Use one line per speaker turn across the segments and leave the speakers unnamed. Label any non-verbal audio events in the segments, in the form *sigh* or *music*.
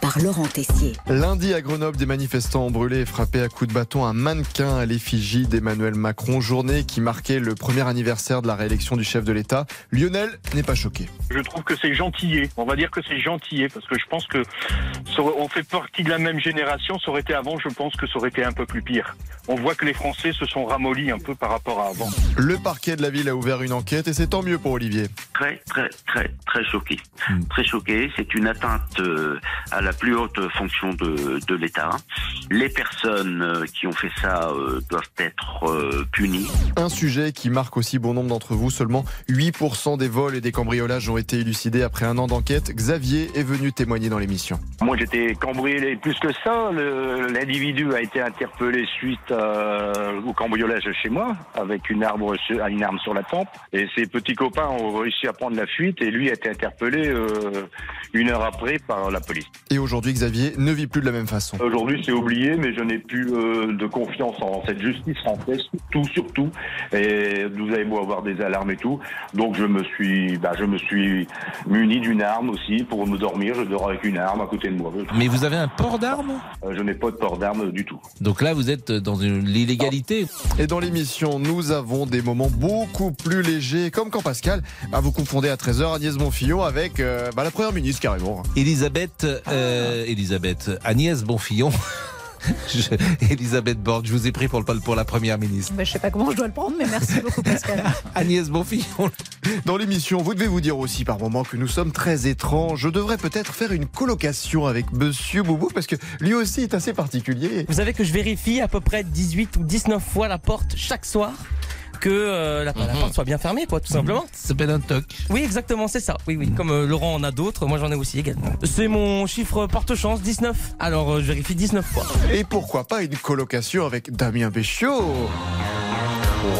par Laurent Tessier.
Lundi à Grenoble, des manifestants ont brûlé et frappé à coups de bâton un mannequin à l'effigie d'Emmanuel Macron, journée qui marquait le premier anniversaire de la réélection du chef de l'État. Lionel n'est pas choqué.
Je trouve que c'est gentillé, on va dire que c'est gentillé, parce que je pense que ça aurait- on fait partie de la même génération, ça aurait été avant, je pense que ça aurait été un peu plus pire. On voit que les Français se sont ramollis un peu par rapport à avant.
Le parquet de la ville a ouvert une enquête et c'est tant mieux pour Olivier.
très très très très choqué. Très choqué, c'est une atteinte euh, à la plus haute fonction de, de l'État. Les personnes euh, qui ont fait ça euh, doivent être euh, punies.
Un sujet qui marque aussi bon nombre d'entre vous, seulement 8% des vols et des cambriolages ont été élucidés après un an d'enquête. Xavier est venu témoigner dans l'émission.
Moi, j'étais cambriolé plus que ça. Le- L'individu a été interpellé suite euh, au cambriolage chez moi, avec une arme, sur- une arme sur la tempe. Et ses petits copains ont réussi à prendre la fuite, et lui a été interpellé euh, une heure après par la police.
Et aujourd'hui, Xavier ne vit plus de la même façon.
Aujourd'hui, c'est oublié, mais je n'ai plus euh, de confiance en cette justice française, surtout, surtout. Et vous avez beau avoir des alarmes et tout, donc je me suis, bah, je me suis muni d'une arme aussi pour me dormir. Je dors avec une arme à côté de moi.
Mais vous avez un port d'armes
Euh, Je n'ai pas de port d'armes du tout.
Donc là, vous êtes dans une- l'illégalité.
Et dans l'émission, nous avons des moments beaucoup plus légers, comme quand Pascal bah, vous confondez à 13h Agnès Bonfillon avec euh, bah, la première ministre carrément.
Elisabeth, euh, Elisabeth, Agnès Bonfillon. *laughs* Je- Elisabeth Borne, je vous ai pris pour, le, pour la première ministre.
Mais je sais pas comment je dois le prendre, Oh, mais merci beaucoup Pascal.
Agnès Bonfillon.
Dans l'émission, vous devez vous dire aussi par moments que nous sommes très étranges. Je devrais peut-être faire une colocation avec Monsieur Boubou parce que lui aussi est assez particulier.
Vous savez que je vérifie à peu près 18 ou 19 fois la porte chaque soir que euh, la, la porte soit bien fermée, quoi, tout simplement.
Ça s'appelle un toc.
Oui, exactement, c'est ça. Oui, oui. Comme euh, Laurent en a d'autres, moi j'en ai aussi également. C'est mon chiffre porte-chance, 19. Alors euh, je vérifie 19 fois.
Et pourquoi pas une colocation avec Damien Béchiot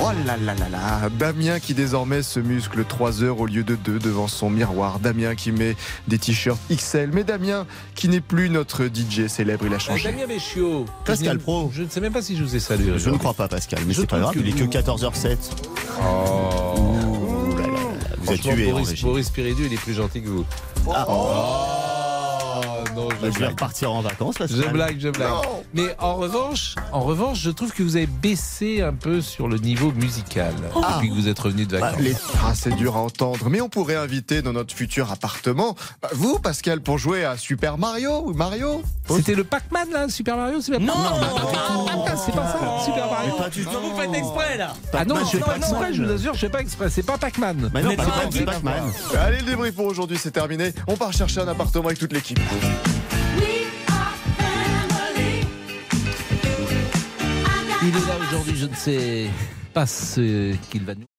Oh là là là là Damien qui désormais se muscle 3 heures au lieu de 2 devant son miroir. Damien qui met des t-shirts XL. Mais Damien qui n'est plus notre DJ célèbre, il a changé.
Damien Béchiot.
Pascal Pro.
Je ne sais même pas si je vous ai salué.
Je ne crois pas, Pascal, mais
Je
c'est pas grave,
trouve que
il est que
vous-
14h07. Ouh là là là, Vous êtes tué,
Oh. Boris,
Roger.
Boris Piridu, il est plus gentil que vous. Oh non, je
Bah, Je vais
blague.
repartir en vacances,
Je
Pascal.
blague, je blague. Mais en revanche, en revanche, je trouve que vous avez baissé un peu sur le niveau musical depuis que vous êtes revenu de
Bah,
vacances.
les-
Ah, c'est dur à entendre, mais on pourrait inviter dans notre futur appartement bah, vous, Pascal, pour jouer à Super Mario ou Mario.
C'était le Pac-Man là, Super Mario, c'est pas
Non,
Ah, c'est pas ça, Super Mario.
Mais pas du
Non, vous faites exprès là
Ah non,
Pac-Man,
je fais
c'est
pas
Pac-Man.
exprès, je vous assure, je fais pas exprès, c'est pas Pac-Man.
Mais non,
Mais
Pac-Man,
non,
c'est Pac-Man.
Allez, le débrief pour aujourd'hui, c'est terminé. On part chercher un appartement avec toute l'équipe.
Il est là aujourd'hui, je ne sais pas ce qu'il va nous.